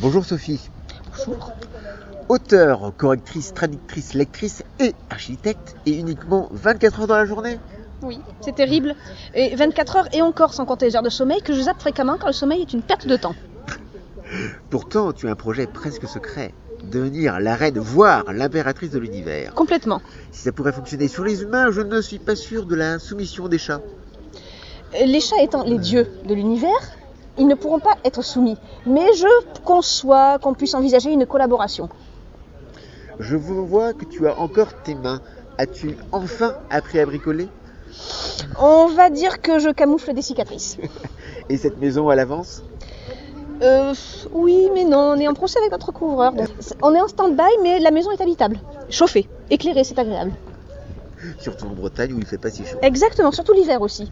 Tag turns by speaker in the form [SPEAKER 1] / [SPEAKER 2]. [SPEAKER 1] Bonjour Sophie. Auteur, correctrice, traductrice, lectrice et architecte, et uniquement 24 heures dans la journée
[SPEAKER 2] Oui, c'est terrible. Et 24 heures et encore sans compter les heures de sommeil que je zappe fréquemment car le sommeil est une perte de temps.
[SPEAKER 1] Pourtant, tu as un projet presque secret. Devenir la reine, voire l'impératrice de l'univers.
[SPEAKER 2] Complètement.
[SPEAKER 1] Si ça pourrait fonctionner sur les humains, je ne suis pas sûr de la soumission des chats.
[SPEAKER 2] Les chats étant les dieux de l'univers, ils ne pourront pas être soumis. Mais je conçois qu'on puisse envisager une collaboration.
[SPEAKER 1] Je vois que tu as encore tes mains. As-tu enfin appris à bricoler
[SPEAKER 2] On va dire que je camoufle des cicatrices.
[SPEAKER 1] Et cette maison à l'avance
[SPEAKER 2] Euh, pff, oui, mais non, on est en procès avec notre couvreur. donc c'est- on est en stand-by, mais la maison est habitable. Chauffée, éclairée, c'est agréable.
[SPEAKER 1] Surtout en Bretagne où il ne fait pas si chaud.
[SPEAKER 2] Exactement, surtout l'hiver aussi.